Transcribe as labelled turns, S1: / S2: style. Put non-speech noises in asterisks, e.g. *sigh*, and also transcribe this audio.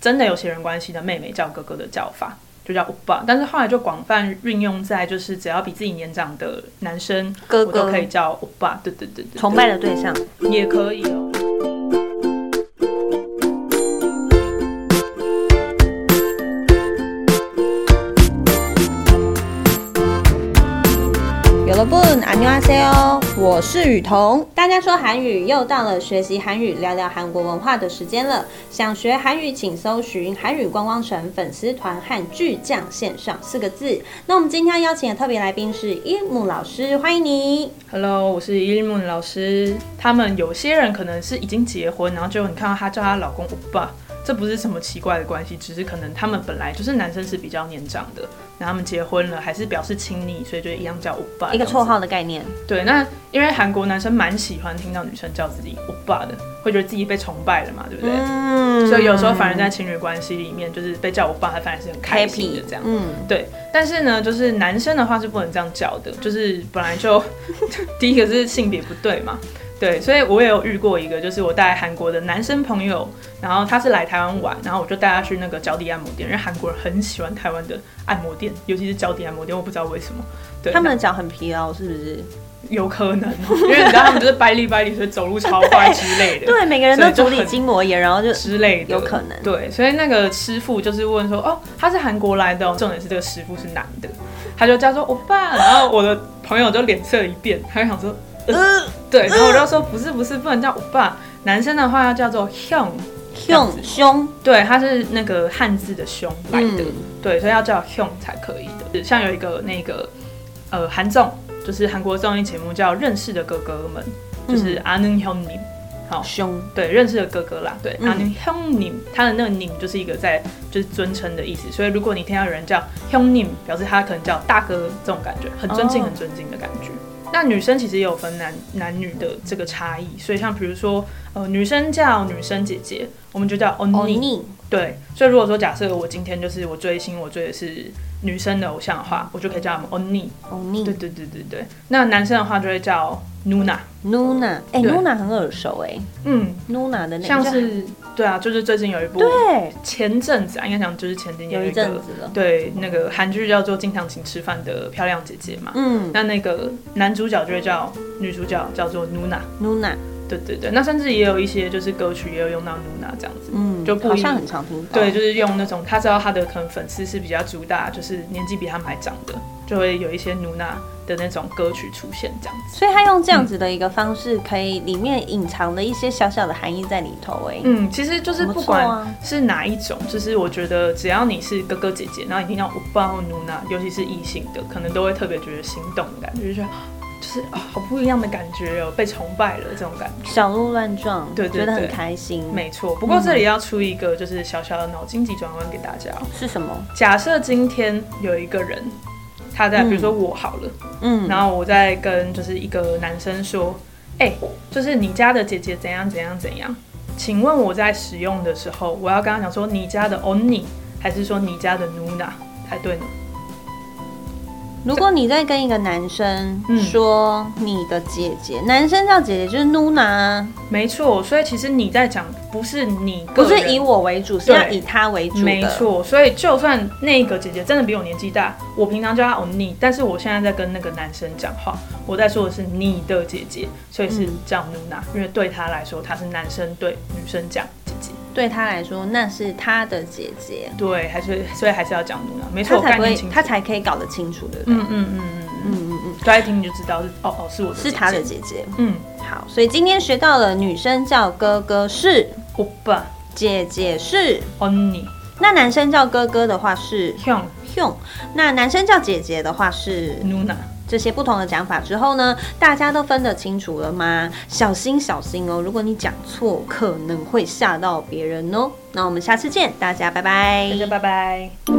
S1: 真的有血缘关系的妹妹叫哥哥的叫法，就叫欧巴。但是后来就广泛运用在就是只要比自己年长的男生，
S2: 哥
S1: 我都
S2: 哥
S1: 可以叫欧巴。对对对对，
S2: 崇拜的对象。
S1: 也可以哦。
S2: 有了 n 안녕하세요，我是雨桐。大家说韩语，又到了学习韩语、聊聊韩国文化的时间了。想学韩语，请搜寻“韩语观光城”粉丝团和“巨匠线上”四个字。那我们今天邀请的特别来宾是一木老师，欢迎你。
S1: Hello，我是伊木老师。他们有些人可能是已经结婚，然后就你看到她叫她老公欧巴，这不是什么奇怪的关系，只是可能他们本来就是男生是比较年长的，然后他们结婚了还是表示亲昵，所以就一样叫欧巴
S2: 一个
S1: 这样
S2: 绰
S1: 子
S2: 号的概念，
S1: 对，那因为韩国男生蛮喜欢听到女生叫自己欧巴的，会觉得自己被崇拜了嘛，对不对？
S2: 嗯
S1: 所以有时候反而在情侣关系里面，就是被叫欧巴，反而是很开心的
S2: happy
S1: 这样。
S2: 嗯，
S1: 对，但是呢，就是男生的话是不能这样叫的，就是本来就 *laughs* 第一个是性别不对嘛，对，所以我也有遇过一个，就是我带韩国的男生朋友，然后他是来台湾玩，然后我就带他去那个脚底按摩店，因为韩国人很喜欢台湾的按摩店，尤其是脚底按摩店，我不知道为什么，对，
S2: 他们的脚很疲劳，是不是？
S1: 有可能哦， *laughs* 因为你知道他们就是掰力掰力，所以走路超快之类的。
S2: 对，每个人都
S1: 所以就
S2: 足底
S1: 很
S2: 筋膜炎，然后就
S1: 之类的，
S2: 有可能
S1: 对，所以那个师傅就是问说，哦，他是韩国来的哦、重点是这个师傅是男的，他就叫说欧巴，然后我的朋友就脸色一变，他就想说，
S2: 呃
S1: 对，然后我就说不是不是，不能叫欧巴，男生的话要叫做 hyung，这样子
S2: 胸胸，
S1: 对，他是那个汉字的胸来的，
S2: 嗯
S1: 对，所以要叫 hyung 才可以的。像有一个那个呃韩综，就是韩国综艺节目叫《认识的哥哥们》，就是
S2: 嗯
S1: 阿能 hyung 你。
S2: 胸，
S1: 对，认识的哥哥啦，对，
S2: 嗯
S1: 阿宁 h y 他的那个 nim 就是一个在就是尊称的意思，所以如果你听到有人叫 h y nim，表示他可能叫大哥这种感觉，很尊敬、
S2: 哦
S1: 很尊敬的感觉。那女生其实也有分男男女的这个差异，所以像比如说，呃，女生叫女生姐姐，我们就叫
S2: 哦
S1: oni，、
S2: 你
S1: 对，所以如果说假设我今天就是我追星，我追的是女生的偶像的话，我就可以叫他们 oni，
S2: 哦
S1: 对
S2: 你
S1: 对对对对。那男生的话就会叫 nuna，
S2: ，Nuna，哎
S1: 对
S2: ，Nuna 很耳熟哎
S1: 嗯，
S2: ，Nuna 的那个
S1: 像
S2: 就是
S1: 对啊，就是最近有一部
S2: 对，
S1: 前阵子啊，应该讲就是前几年
S2: 有一
S1: 一个
S2: 阵子了。
S1: 对那个韩剧叫做《经常请吃饭的漂亮姐姐》嘛，
S2: 嗯
S1: 那那个男主角就会叫女主角叫做 Nuna，
S2: ，Nuna，
S1: 对对对，那甚至也有一些就是歌曲也有用到 Nuna 这样子。
S2: 嗯，
S1: 就故意
S2: 好像很常听到。
S1: 对，，就是用那种他知道他的可能粉丝是比较主打，就是年纪比他们还长的，就会有一些努娜的那种歌曲出现这样子。
S2: 所以他用这样子的一个方式，可以里面隐藏了一些小小的含义在里头。哎，
S1: 嗯，其实就是
S2: 很不
S1: 不
S2: 错
S1: 管
S2: 啊，
S1: 是哪一种？就是我觉得只要你是哥哥姐姐，然后你听到欧巴或努娜，尤其是异性的，可能都会特别觉得心动的感觉，就觉得就是啊、好不一样的感觉哦，被崇拜了这种感觉。
S2: 小鹿乱撞，
S1: 对对
S2: 觉得很
S1: 对
S2: 开心。
S1: 没错，不过这里要出一个就是小小的脑筋急转弯给大家哦、
S2: 是什么？
S1: 假设今天有一个人，他在
S2: 嗯
S1: 比如说我好了，
S2: 嗯，
S1: 然后我在跟就是一个男生说，哎、就是你家的姐姐怎样怎样怎样，请问我在使用的时候，我要跟他讲说你家的 Oni 还是说你家的 Nuna 才对呢？
S2: 如果你在跟一个男生
S1: 嗯
S2: 说你的姐姐，男生叫姐姐就是 Nuna，啊
S1: 没错，所以其实你在讲不是你个
S2: 不
S1: 人，
S2: 是以我为主，是要
S1: 对
S2: 以他为主的。
S1: 没错，所以就算那个姐姐真的比我年纪大，我平常叫她 Oni，但是我现在在跟那个男生讲话，我在说的是你的姐姐，所以是
S2: 嗯
S1: 叫 Nuna，、因为对他来说他是男生对女生讲姐姐。
S2: 对他来说，那是他的姐姐，
S1: 对，还是所以还是要讲努朗，没
S2: 他
S1: 错，
S2: 才
S1: 概
S2: 不
S1: 念
S2: 会
S1: 清，楚
S2: 他才可以搞得清楚，对不对？
S1: 嗯嗯嗯嗯嗯，
S2: 嗯嗯嗯，
S1: 就一听你就知道是哦哦是我的，
S2: 是他的，姐姐。
S1: 嗯，
S2: 好，所以今天学到了女生叫哥哥是，
S1: 欧巴
S2: 姐姐是。
S1: ，oni
S2: 那男生叫哥哥的话是
S1: hyung
S2: hyung，那男生叫姐姐的话是
S1: nuna，
S2: 这些不同的讲法之后呢，大家都分得清楚了吗？小心小心哦，如果你讲错，可能会吓到别人哦。那我们下次见，大家拜拜，
S1: 大家拜拜。